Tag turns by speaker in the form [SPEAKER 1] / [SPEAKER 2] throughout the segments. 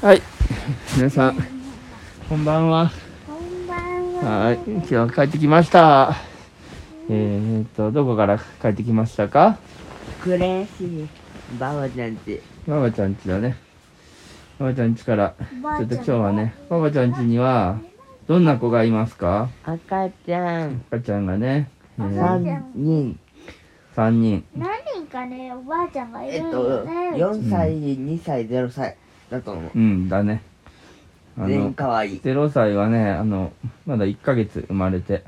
[SPEAKER 1] はい。皆さん、こんばんは。
[SPEAKER 2] こんばんは。
[SPEAKER 1] はい。今日帰ってきました。えー、っと、どこから帰ってきましたか
[SPEAKER 3] クレシーバオちゃんち
[SPEAKER 1] ママちゃん家だね。ママちゃん家から、
[SPEAKER 2] ばあ
[SPEAKER 1] ちょっと
[SPEAKER 2] ちゃ
[SPEAKER 1] 今日は
[SPEAKER 2] ん
[SPEAKER 1] ね、ママちゃん家には、どんな子がいますか
[SPEAKER 3] 赤ちゃん
[SPEAKER 1] 赤ちゃんがね、えー、
[SPEAKER 3] 3人
[SPEAKER 1] 3人。
[SPEAKER 2] 何人かね、おばあちゃんがい
[SPEAKER 3] え
[SPEAKER 2] る
[SPEAKER 3] っ
[SPEAKER 2] ん
[SPEAKER 3] と
[SPEAKER 2] よね。
[SPEAKER 3] 4歳2歳0歳だと思う
[SPEAKER 1] うん、だね。あ
[SPEAKER 3] 全員
[SPEAKER 1] の、
[SPEAKER 3] かわいい
[SPEAKER 1] 0歳はね、あの、まだ1ヶ月生まれて。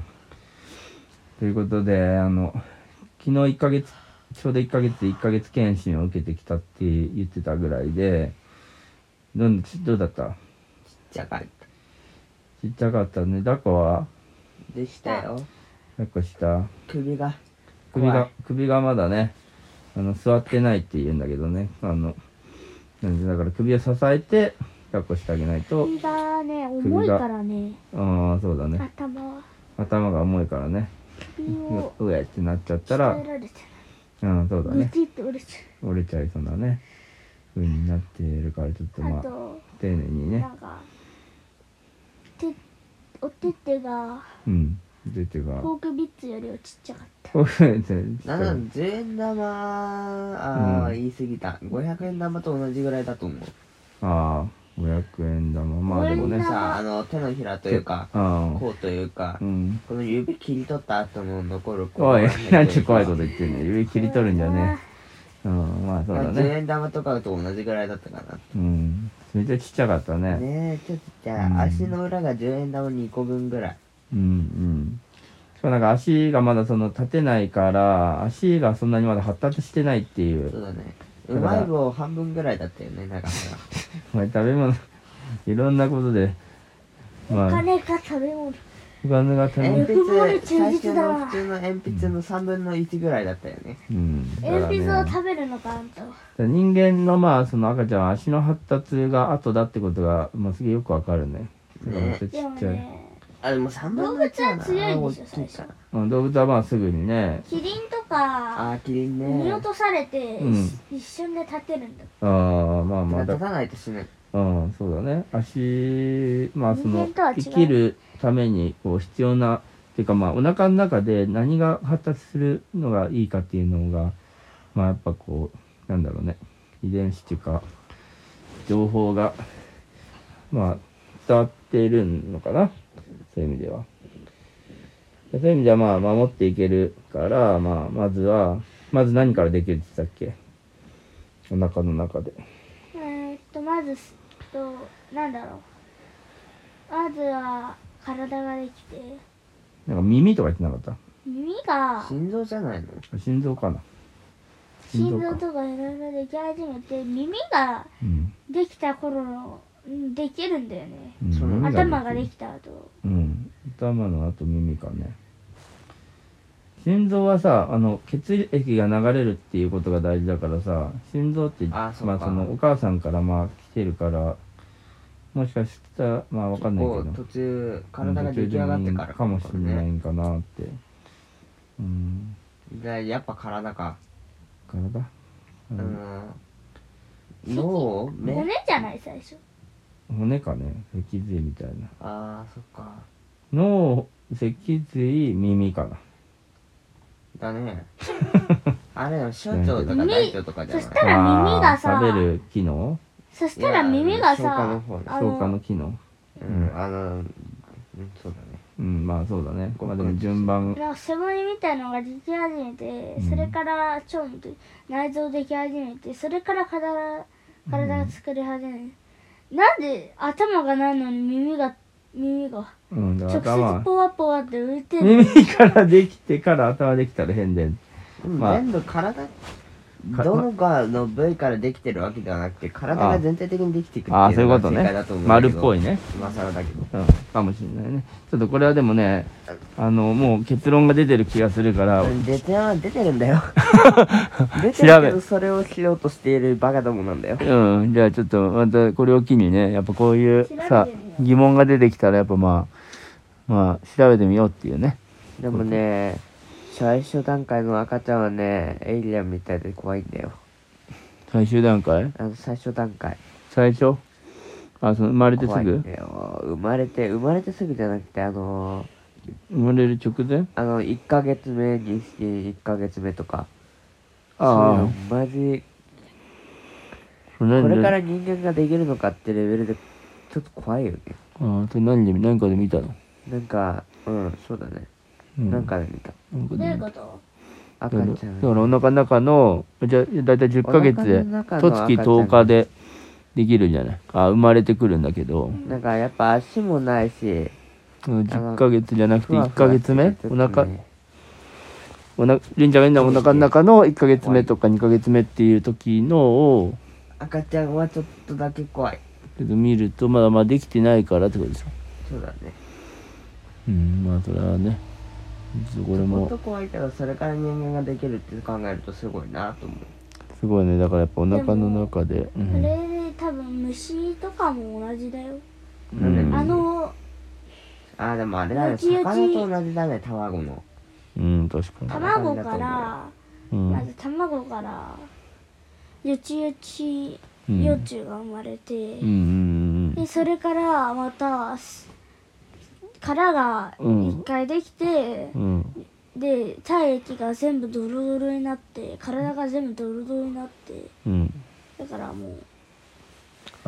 [SPEAKER 1] ということで、あの、昨日1ヶ月、ちょうど1ヶ月で1ヶ月検診を受けてきたって言ってたぐらいで、どんどうだった
[SPEAKER 3] じゃがい
[SPEAKER 1] ちっちゃかったね。抱っこは
[SPEAKER 3] でしたよ
[SPEAKER 1] 抱っこした
[SPEAKER 3] 首が
[SPEAKER 1] 首
[SPEAKER 3] 怖
[SPEAKER 1] が
[SPEAKER 3] い、
[SPEAKER 1] 首がまだね、あの、座ってないって言うんだけどね。あの、なんでだから首を支えて、抱っこしてあげないと、
[SPEAKER 2] 首がね、重いからね、
[SPEAKER 1] ああ、そうだね。
[SPEAKER 2] 頭は
[SPEAKER 1] 頭が重いからね。
[SPEAKER 2] 首を
[SPEAKER 1] ううえってなっちゃった
[SPEAKER 2] 鍛
[SPEAKER 1] ら
[SPEAKER 2] え、られて
[SPEAKER 1] うん、そうだ
[SPEAKER 2] る。ぐ
[SPEAKER 1] ね。
[SPEAKER 2] ちって折れち
[SPEAKER 1] 折れちゃいそうなね、風になってるから、ちょっと
[SPEAKER 2] ゃう。
[SPEAKER 1] ま
[SPEAKER 2] あ
[SPEAKER 1] あ、
[SPEAKER 2] と、
[SPEAKER 1] 丁寧にね
[SPEAKER 2] な、んか、手、お手手が、
[SPEAKER 1] うん、出てが、
[SPEAKER 2] フォークビッツよりはちっちゃかっ た。
[SPEAKER 1] おえって、ちょっ
[SPEAKER 3] な
[SPEAKER 1] と
[SPEAKER 3] んだ10円玉ああ、
[SPEAKER 1] うん
[SPEAKER 3] 言い過ぎた500円玉と同じぐらいだと思う
[SPEAKER 1] ああ、500円玉、まあでもね、
[SPEAKER 2] 500円
[SPEAKER 3] さああの手のひらというか
[SPEAKER 1] ああ、
[SPEAKER 3] こうというか
[SPEAKER 1] うん。
[SPEAKER 3] この指切り取った後の残る
[SPEAKER 1] おい、なんて怖いこと
[SPEAKER 3] と
[SPEAKER 1] 言ってんの指切り取るんじゃねえ。うん、まあそうだ
[SPEAKER 3] 10
[SPEAKER 1] ね。
[SPEAKER 3] 円玉とかと同じぐらいだったかな
[SPEAKER 1] うん。めっちゃちっちゃかったね。
[SPEAKER 3] ねえちょっとじゃ
[SPEAKER 1] うん
[SPEAKER 3] あ足の裏が10円玉2個分ぐらい
[SPEAKER 1] うん、うん。しかもなんか足がまだその立てないから、足がそんなにまだ発達してないっていう
[SPEAKER 3] そうだね
[SPEAKER 1] だ
[SPEAKER 3] う
[SPEAKER 1] から
[SPEAKER 3] まい棒半分ぐらいだったよね長さが
[SPEAKER 1] お前食べ物いろんなことで
[SPEAKER 2] お
[SPEAKER 1] まあ
[SPEAKER 2] 金か食べ物。
[SPEAKER 1] お金が足りない
[SPEAKER 3] 鉛筆
[SPEAKER 2] 中
[SPEAKER 3] 最初
[SPEAKER 2] 実だ
[SPEAKER 3] の普通の鉛筆の3分の1ぐらいだったよね
[SPEAKER 1] うんだから
[SPEAKER 2] 鉛
[SPEAKER 1] ね
[SPEAKER 2] 筆を食べるのか、あんたは。
[SPEAKER 1] 人間のまあその赤ちゃんは足の発達が後だってことがまあすげえよくわかるねだからめっちゃち
[SPEAKER 2] でも
[SPEAKER 1] っちゃい、
[SPEAKER 2] ね、
[SPEAKER 3] あでも3分の1は
[SPEAKER 2] 動物は強い
[SPEAKER 3] な
[SPEAKER 2] んですよ
[SPEAKER 3] あ大きいかな
[SPEAKER 1] うん動物はまあすぐにね
[SPEAKER 2] キリンとか、
[SPEAKER 3] あーキリン
[SPEAKER 2] 見
[SPEAKER 3] ね
[SPEAKER 2] 落とされて、
[SPEAKER 1] うん
[SPEAKER 2] 一瞬で立てるんだ。
[SPEAKER 1] ああまあまあ
[SPEAKER 3] 立
[SPEAKER 1] だ
[SPEAKER 3] たないと死ぬ
[SPEAKER 1] うんそうだね足まあその
[SPEAKER 2] 人間とは違う
[SPEAKER 1] 生きるためにこう必要なっていうかまあお腹の中で何が発達するのがいいかっていうのがまあやっぱこうなんだろうね遺伝子っていうか情報がまあ伝わっているのかなそういう意味ではそういう意味ではまあ守っていけるからまあまずはまず何からできるって言ってたっけお腹の中で
[SPEAKER 2] えーっとまずすとなんだろうまずは体ができて
[SPEAKER 1] なんか耳とか言ってなかった
[SPEAKER 2] 耳が
[SPEAKER 3] 心臓じゃないの
[SPEAKER 1] 心臓かな
[SPEAKER 2] 心臓
[SPEAKER 1] か
[SPEAKER 2] とかいろいろでき始めて耳が
[SPEAKER 1] うん、
[SPEAKER 2] できた頃のうんできるんだよね
[SPEAKER 1] うん
[SPEAKER 3] その
[SPEAKER 1] 耳
[SPEAKER 2] 頭ができた後
[SPEAKER 1] うん頭の後耳かね心臓はさあの血液が流れるっていうことが大事だからさ心臓って
[SPEAKER 3] あそうか
[SPEAKER 1] まあ、そのお母さんからまあ来てるからもしかしたらまあわかんないけ
[SPEAKER 3] こ
[SPEAKER 1] ど
[SPEAKER 3] う途中体が出来上がってから
[SPEAKER 1] かもしれないんかなって、うん
[SPEAKER 3] じゃあやっぱ体か
[SPEAKER 1] 体う
[SPEAKER 3] うんん脳
[SPEAKER 2] 骨
[SPEAKER 3] 目
[SPEAKER 2] じゃない最初
[SPEAKER 1] 骨かね脊髄みたいな
[SPEAKER 3] あーそっか
[SPEAKER 1] 脳脊髄耳かな
[SPEAKER 3] だねあれだよ小腸とか大腸とかじゃ
[SPEAKER 2] そ
[SPEAKER 3] ない
[SPEAKER 2] したら耳がさ
[SPEAKER 1] あー食べる機能
[SPEAKER 2] そしたら耳が
[SPEAKER 3] いや消化
[SPEAKER 2] さ
[SPEAKER 3] の方ね
[SPEAKER 2] あ
[SPEAKER 1] 消化の
[SPEAKER 2] の
[SPEAKER 1] 機能
[SPEAKER 3] うん、あの、うん、そうだね。
[SPEAKER 1] うんまあそうだね
[SPEAKER 3] ごく
[SPEAKER 1] まあでも順番
[SPEAKER 2] なんか背骨みたいのができ始めて、
[SPEAKER 1] うん
[SPEAKER 2] それから腸もで内臓でき始めてそれから体体が作り始める、なんで頭がないのに耳が耳が
[SPEAKER 1] うんだ
[SPEAKER 2] 直
[SPEAKER 1] から頭
[SPEAKER 2] 接
[SPEAKER 1] は
[SPEAKER 2] ポワポワって浮いてる
[SPEAKER 1] 耳からできてから頭できたら変で
[SPEAKER 3] でも
[SPEAKER 1] まあ
[SPEAKER 3] 全部体、
[SPEAKER 1] か
[SPEAKER 3] どのかの部位からできてるわけではなくて、体が全体的にできていくっていう
[SPEAKER 1] ああそういう
[SPEAKER 3] の
[SPEAKER 1] こ
[SPEAKER 3] が
[SPEAKER 1] と
[SPEAKER 3] 正
[SPEAKER 1] ね
[SPEAKER 3] 解だと思うんだけ
[SPEAKER 1] 丸
[SPEAKER 3] ど。
[SPEAKER 1] っぽいね
[SPEAKER 3] 今更だけど。
[SPEAKER 1] うんかもしれないねちょっとこれはでもねあのもう結論が出てる気がするから
[SPEAKER 3] うん出ては出てるん だよ。出て
[SPEAKER 1] 調
[SPEAKER 3] る
[SPEAKER 1] べ
[SPEAKER 3] けど、それをしようとしているバカどもなんだよ。
[SPEAKER 1] うんじゃあちょっとまたこれを機にねやっぱこういう
[SPEAKER 2] 調べてみよう
[SPEAKER 1] さ疑問が出てきたらやっぱまあまあ調べてみようっていうね
[SPEAKER 3] でもね、最初段階の赤ちゃんはね、エイリアンみたいで怖いんだよ。
[SPEAKER 1] 最終段階
[SPEAKER 3] あの、最初段階。
[SPEAKER 1] 最初あその生まれてす
[SPEAKER 3] 怖い
[SPEAKER 1] ぐ
[SPEAKER 3] んだよ生まれて生まれてすぐじゃなくてあのー
[SPEAKER 1] 生まれる直前
[SPEAKER 3] あの1ヶ月目妊娠1ヶ月目とかそういう
[SPEAKER 1] あ
[SPEAKER 3] のマジ
[SPEAKER 1] あ
[SPEAKER 3] こ
[SPEAKER 1] 何で
[SPEAKER 3] れから人間ができるのかってレベルでちょっと怖いよね
[SPEAKER 1] ああそれ何で見何かで見たの、
[SPEAKER 3] なんかうんそうだね、
[SPEAKER 1] う
[SPEAKER 3] なんかで見た
[SPEAKER 1] なんか
[SPEAKER 2] ど
[SPEAKER 1] で見
[SPEAKER 2] うい
[SPEAKER 1] た
[SPEAKER 2] うこと
[SPEAKER 1] だか
[SPEAKER 3] 赤
[SPEAKER 1] ら
[SPEAKER 3] ちゃん
[SPEAKER 1] だからお腹の中のじゃあだいたい10ヶ月
[SPEAKER 3] お腹
[SPEAKER 1] で
[SPEAKER 3] の中の
[SPEAKER 1] 十
[SPEAKER 3] 赤
[SPEAKER 1] 月
[SPEAKER 3] ちゃん
[SPEAKER 1] 10日でできるんじゃないあ生まれてくるんだけど、
[SPEAKER 3] なんかやっぱ足もないし
[SPEAKER 1] うん10ヶ月じゃなくて1ヶ月目お腹おなりんちゃんが今お腹の中の1ヶ月目とか2ヶ月目っていう時のを
[SPEAKER 3] 赤ちゃんはちょっとだけ怖い
[SPEAKER 1] けど見るとまだまだできてないからってことでしょ
[SPEAKER 3] そうだね
[SPEAKER 1] うんまあそれはねちょっとこれ
[SPEAKER 3] もっ
[SPEAKER 1] も
[SPEAKER 3] と怖いけどそれから人間ができるって考えるとすごいなと思う
[SPEAKER 1] すごいねだからやっぱお腹の中で、う
[SPEAKER 2] あれ
[SPEAKER 1] ん、
[SPEAKER 2] で多分虫とかも同じだよ、
[SPEAKER 1] うん
[SPEAKER 2] あの
[SPEAKER 3] あーでもあれだね
[SPEAKER 2] うちうち
[SPEAKER 3] 魚と同じだね卵の
[SPEAKER 1] うん確か
[SPEAKER 2] 卵から
[SPEAKER 1] にう
[SPEAKER 2] ま
[SPEAKER 1] ん
[SPEAKER 2] ず卵からよちよち
[SPEAKER 1] うん
[SPEAKER 2] 幼虫が生まれて、
[SPEAKER 1] うんうん
[SPEAKER 2] でそれからまたす殻が
[SPEAKER 1] うん
[SPEAKER 2] 一回できて、
[SPEAKER 1] うんうん
[SPEAKER 2] で体液が全部ドロドロになって体が全部ドロドロになって
[SPEAKER 1] うん
[SPEAKER 2] だからもう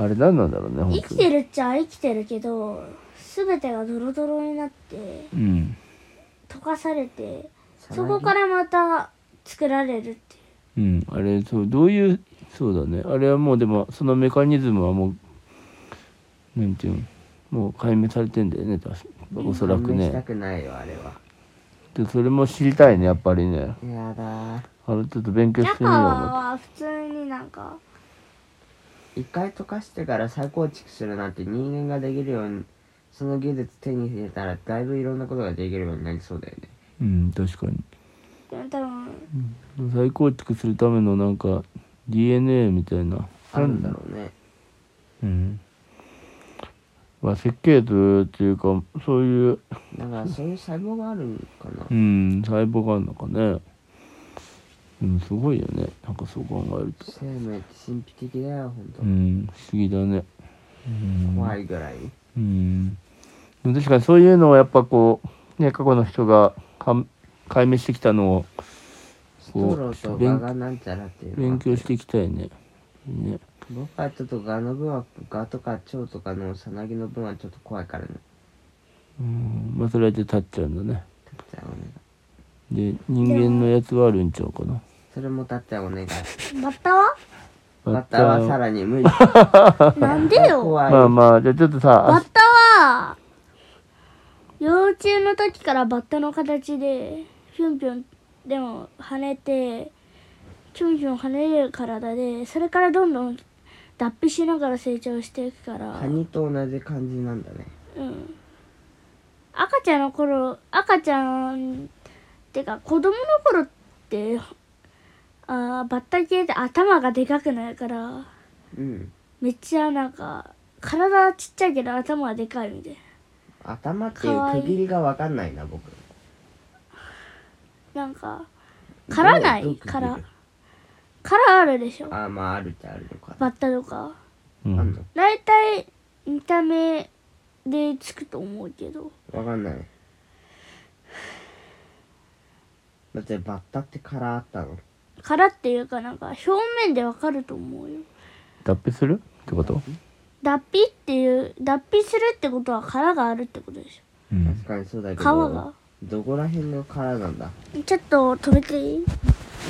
[SPEAKER 1] あれ何なんだろうね本当に
[SPEAKER 2] 生きてるっちゃ生きてるけど全てがドロドロになって
[SPEAKER 1] うん
[SPEAKER 2] 溶かされて
[SPEAKER 3] さなぎ
[SPEAKER 2] そこからまた作られるっていう
[SPEAKER 1] うんあれそうどういうそうだねあれはもうでもそのメカニズムはもうなんていうのもう解明されてんだよね確かおそらく
[SPEAKER 3] 判明した
[SPEAKER 1] ね
[SPEAKER 3] くないよあれは
[SPEAKER 1] でそれも知りたいねやっぱりね
[SPEAKER 3] やだー
[SPEAKER 1] あれちょっと勉強
[SPEAKER 2] ジ
[SPEAKER 1] し
[SPEAKER 2] ャ
[SPEAKER 1] て
[SPEAKER 2] カ
[SPEAKER 1] みよう
[SPEAKER 2] は普通になんか
[SPEAKER 3] 一回溶かしてから再構築するなんて人間ができるようにその技術手に入れたらだいぶいろんなことができるようになりそうだよね
[SPEAKER 1] うん確かに
[SPEAKER 2] でも多分
[SPEAKER 1] 再構築するためのなんか DNA みたいな
[SPEAKER 3] あるんだろうね
[SPEAKER 1] うんまあ設計図っていうかそういう、
[SPEAKER 3] だからそういう細胞があるのかな
[SPEAKER 1] うん、細胞があるのかねうんすごいよねなんかそう考えると
[SPEAKER 3] 生命って神秘的だよほんと
[SPEAKER 1] うん不思議だねうん
[SPEAKER 3] 怖いぐらい
[SPEAKER 1] うんでも確かにそういうのをやっぱこうね過去の人がかん解明してきたのを
[SPEAKER 3] スト
[SPEAKER 1] こ
[SPEAKER 3] ローと
[SPEAKER 1] 勉
[SPEAKER 3] ガがなんちゃらっていうの
[SPEAKER 1] 勉
[SPEAKER 3] は
[SPEAKER 1] 強していきたいねね
[SPEAKER 3] 僕はちょっとガの分はガとか蝶とかのさなぎの分はちょっと怖いからね
[SPEAKER 1] うんまあそれはじゃあ立っちゃうんだね
[SPEAKER 3] たっちゃんお願い
[SPEAKER 1] で人間のやつはあるんちゃうかな
[SPEAKER 3] それもたっちゃんお願い
[SPEAKER 2] バッ タは
[SPEAKER 3] またはさらに無理
[SPEAKER 2] なんでよ
[SPEAKER 3] 怖い
[SPEAKER 1] まあまあじゃあちょっと
[SPEAKER 2] バ
[SPEAKER 1] さ
[SPEAKER 2] ッタは幼虫の時からバッタの形でぴょんぴょんでも跳ねてぴょんぴょん跳ねれる体でそれからどんどん脱皮しながら成長していくから、
[SPEAKER 3] カニと同じ感じなんだね
[SPEAKER 2] うん、赤ちゃんの頃赤ちゃんてか子供の頃ってあーバッタ系って頭がでかくないから
[SPEAKER 3] うん
[SPEAKER 2] めっちゃなんか体はちっちゃいけど頭はでかいみたいな。
[SPEAKER 3] 頭っていう
[SPEAKER 2] かわいい
[SPEAKER 3] 区切りが分かんないな僕
[SPEAKER 2] なんか、殻な
[SPEAKER 3] どう
[SPEAKER 2] い
[SPEAKER 3] どう区切る
[SPEAKER 2] 殻。殻あるでしょ
[SPEAKER 3] ああまああるっちゃあるのか
[SPEAKER 2] バッタとか。
[SPEAKER 1] う
[SPEAKER 3] あん
[SPEAKER 1] ん
[SPEAKER 3] の
[SPEAKER 2] だいたい見た目でつくと思うけど。
[SPEAKER 3] 分かんないだってバッタって殻あったの
[SPEAKER 2] 殻っていうかなんか表面でわかると思うよ。
[SPEAKER 1] 脱皮するってこと
[SPEAKER 2] 脱皮っていう、脱皮するってことは殻があるってことでしょ。
[SPEAKER 1] うん
[SPEAKER 3] 確かにそうだけど
[SPEAKER 2] 皮が。
[SPEAKER 3] どこら辺の殻なんだ
[SPEAKER 2] ちょっと止めていい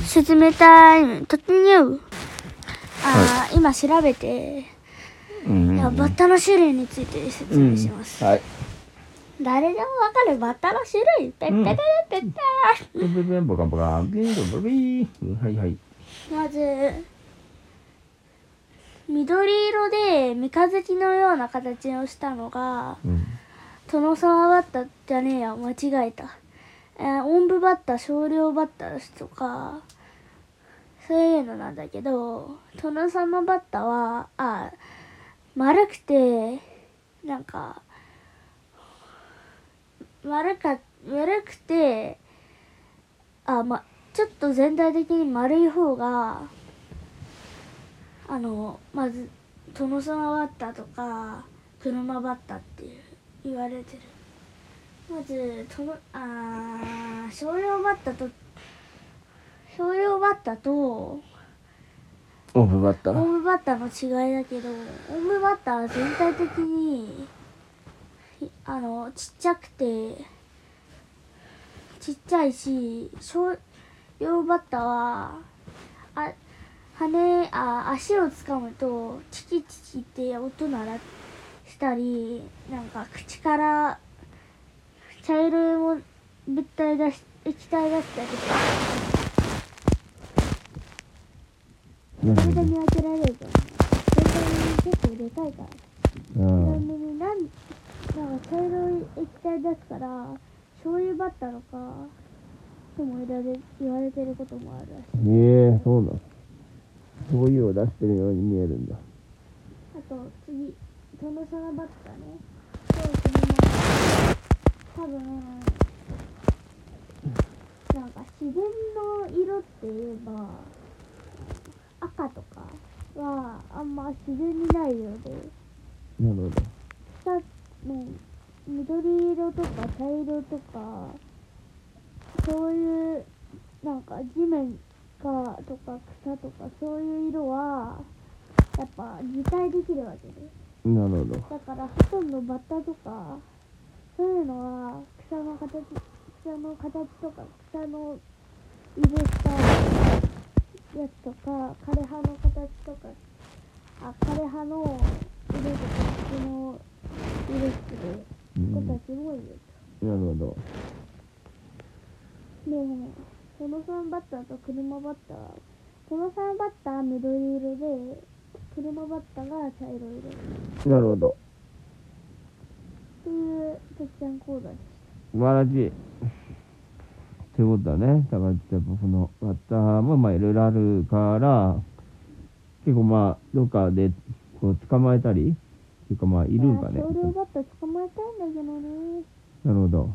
[SPEAKER 2] 説明タイム。突入ああ、今調べて、
[SPEAKER 1] うん
[SPEAKER 2] いやバッタの種類について説明します。
[SPEAKER 1] はい
[SPEAKER 2] 誰でもわかるバッタの種類。ペッタペペッタペッタ。
[SPEAKER 1] ブンブンブンボカンボカンビンブンブンブンはいはい
[SPEAKER 2] まず緑色で三日月のような形をしたのが
[SPEAKER 1] うん
[SPEAKER 2] 殿沢バッタじゃねえや間違えた、えー、おんぶバッタ少量バッタですとかそういうのなんだけど殿様バッタはあ丸くてなんか丸か丸くてあまちょっと全体的に丸い方があのまず殿様バッターとか車バッターっていう言われてるまず殿あー少量バッターと少量バッターと
[SPEAKER 1] オーブバッタ
[SPEAKER 2] オ
[SPEAKER 1] ー
[SPEAKER 2] ウムバッターの違いだけどオウムバッターは全体的にひあのちっちゃくてちっちゃいし小量バッターはあ羽あ足を掴むとチキチキって音鳴らしたりなんか口から茶色いも物体出し液体出したり
[SPEAKER 1] なる
[SPEAKER 2] そ
[SPEAKER 1] ほ
[SPEAKER 2] れ
[SPEAKER 1] ど
[SPEAKER 2] で見分けられるからそれで結構でかいから。ちなみになんなんか茶色い液体出すから醤油バッターとかとも言われ言われてることもあるらしい
[SPEAKER 1] うんええそうだそういうを出してるように見えるんだ
[SPEAKER 2] あと次殿様バッターねそう次も多分なんか自然の色って言えば赤とかはあんま自然にないようで
[SPEAKER 1] なるほど
[SPEAKER 2] さね緑色とか茶色とかそういうなんか地面かとか草とかそういう色はやっぱ擬態できるわけです
[SPEAKER 1] なるほど
[SPEAKER 2] だからほとんどバッタとかそういうのは草の形草の形とか草の色したやつとか枯葉の形とかあ枯葉の色とかその色してる
[SPEAKER 1] うん
[SPEAKER 2] 子
[SPEAKER 1] な
[SPEAKER 2] た
[SPEAKER 1] る
[SPEAKER 2] ちもいる
[SPEAKER 1] ほど
[SPEAKER 2] でこの3バッターと車バッターこの3バッターは緑色で車バッターが茶色色
[SPEAKER 1] なるほど
[SPEAKER 2] というてっちゃん講座です
[SPEAKER 1] 素晴らしい。ってことだね。だから、やっぱその、バッターも、まあ、いろいろあるから、結構まあ、どっかで、こう、捕まえたり、っていうかまあ、いるんかね
[SPEAKER 2] いや。少量だったら捕まえたいんだけどね。
[SPEAKER 1] なるほど。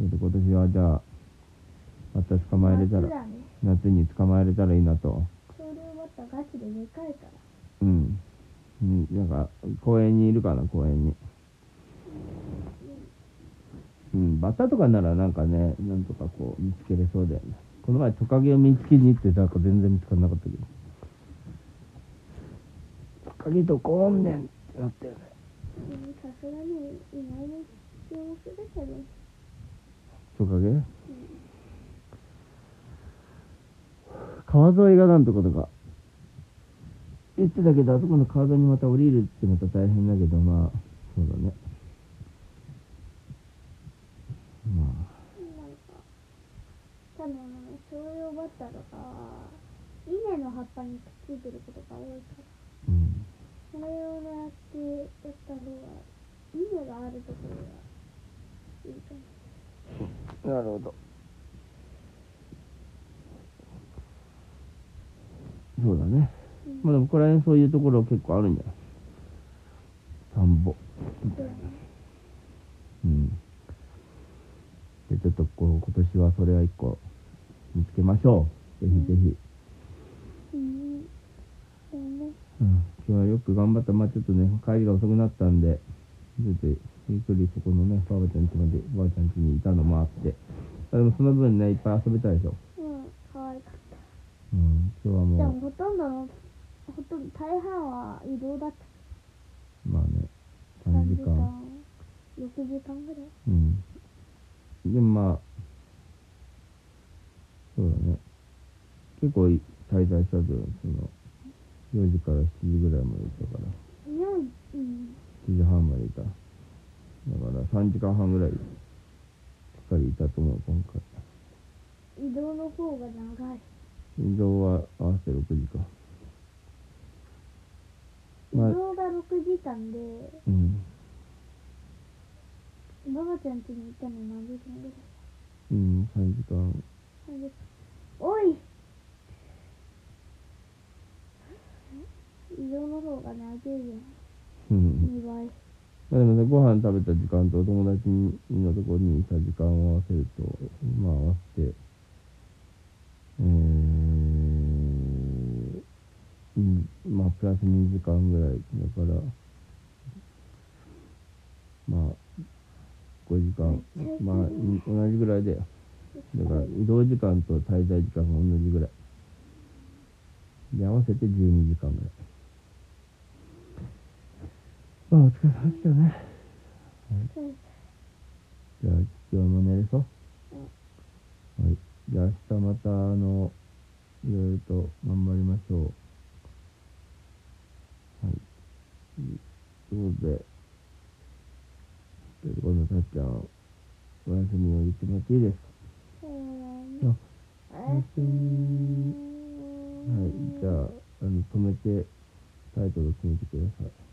[SPEAKER 1] えっと、今年はじゃあ、バッター捕まえれた
[SPEAKER 2] 夏
[SPEAKER 1] ら、
[SPEAKER 2] だね。
[SPEAKER 1] 夏に捕まえれたらいいなと。
[SPEAKER 2] 少量だったらガチででかいから。
[SPEAKER 1] うん。うん、なんか、公園にいるかな、公園に。うん、バッタとかならなんかね、なんとかこう、見つけれそうだよね。この前トカゲを見つけに行って、なんか全然見つからなかったけど。トカゲどこおんねんってなったよね。
[SPEAKER 2] でもさすがにいないの気もするけど。
[SPEAKER 1] トカゲ川沿いがなんとことか。言ってたけど、あそこの川沿いにまた降りるってまた大変だけど、まあ、そうだね。まあ、
[SPEAKER 2] なんか、多分、少量バッタとかは、稲の葉っぱにくっついてることが多いか
[SPEAKER 1] う
[SPEAKER 2] ら。
[SPEAKER 1] ん。
[SPEAKER 2] それを狙ってやった方が、稲があるところがいいかも。
[SPEAKER 1] なるほど。そうだね。まあでも、これはそういうところ結構あるんじゃない田んぼ。
[SPEAKER 2] そうね
[SPEAKER 1] うん。で、ちょっとこう、今年はそれは一個見つけましょう。ぜひぜひ。
[SPEAKER 2] うん。そうね。
[SPEAKER 1] うん、今日はよく頑張った。まあちょっとね、帰りが遅くなったんで、ちょっとゆっくりそこのね、ばあばちゃん家まで、ばあちゃん家にいたのもあって。あでもその分ね、いっぱい遊べたでしょ。
[SPEAKER 2] うん、かわいかった。
[SPEAKER 1] うん、今日は
[SPEAKER 2] でも
[SPEAKER 1] も
[SPEAKER 2] ほとんどのほとんど大半は移動だった
[SPEAKER 1] う、まあね、
[SPEAKER 2] 3
[SPEAKER 1] 3
[SPEAKER 2] 時
[SPEAKER 1] 時
[SPEAKER 2] 間
[SPEAKER 1] 間。
[SPEAKER 2] 6時間ぐらい
[SPEAKER 1] うん。でもまあ、そうだね。結構い滞在したぞ、その、4時から7時ぐらいまでいたから、
[SPEAKER 2] いやうん
[SPEAKER 1] 7時半までいた。だから3時間半ぐらい、しっかりいたと思う、今回。
[SPEAKER 2] 移動の方が長い
[SPEAKER 1] 移動は合わせて6時か。
[SPEAKER 2] 移
[SPEAKER 1] まあ
[SPEAKER 2] 動が6時間で
[SPEAKER 1] うん。
[SPEAKER 2] ばばちゃん家に行ったの何時間ぐらい
[SPEAKER 1] うん、3時間。
[SPEAKER 2] 何時間おい移動の方が長いじゃん
[SPEAKER 1] うん。
[SPEAKER 2] 2
[SPEAKER 1] ま
[SPEAKER 2] 倍
[SPEAKER 1] あでもね、ご飯食べた時間とお友達のところにいた時間を合わせると、まあ合わせて、えー、うん、まあプラス2時間ぐらいだからまあ5時間まあうん同じぐらいだよだから移動時間と滞在時間が同じぐらいで合わせて12時間ぐらいまあお疲れ様でしたね、はい、じゃあ今日も寝れそうはいじゃあ明日またあのいろいろと頑張りましょうということで、ちょっと今度たっちゃん、お休みを言ってもらっていいですかあおやすみ。はい、じゃあ、あの、止めて、タイトル決めてください。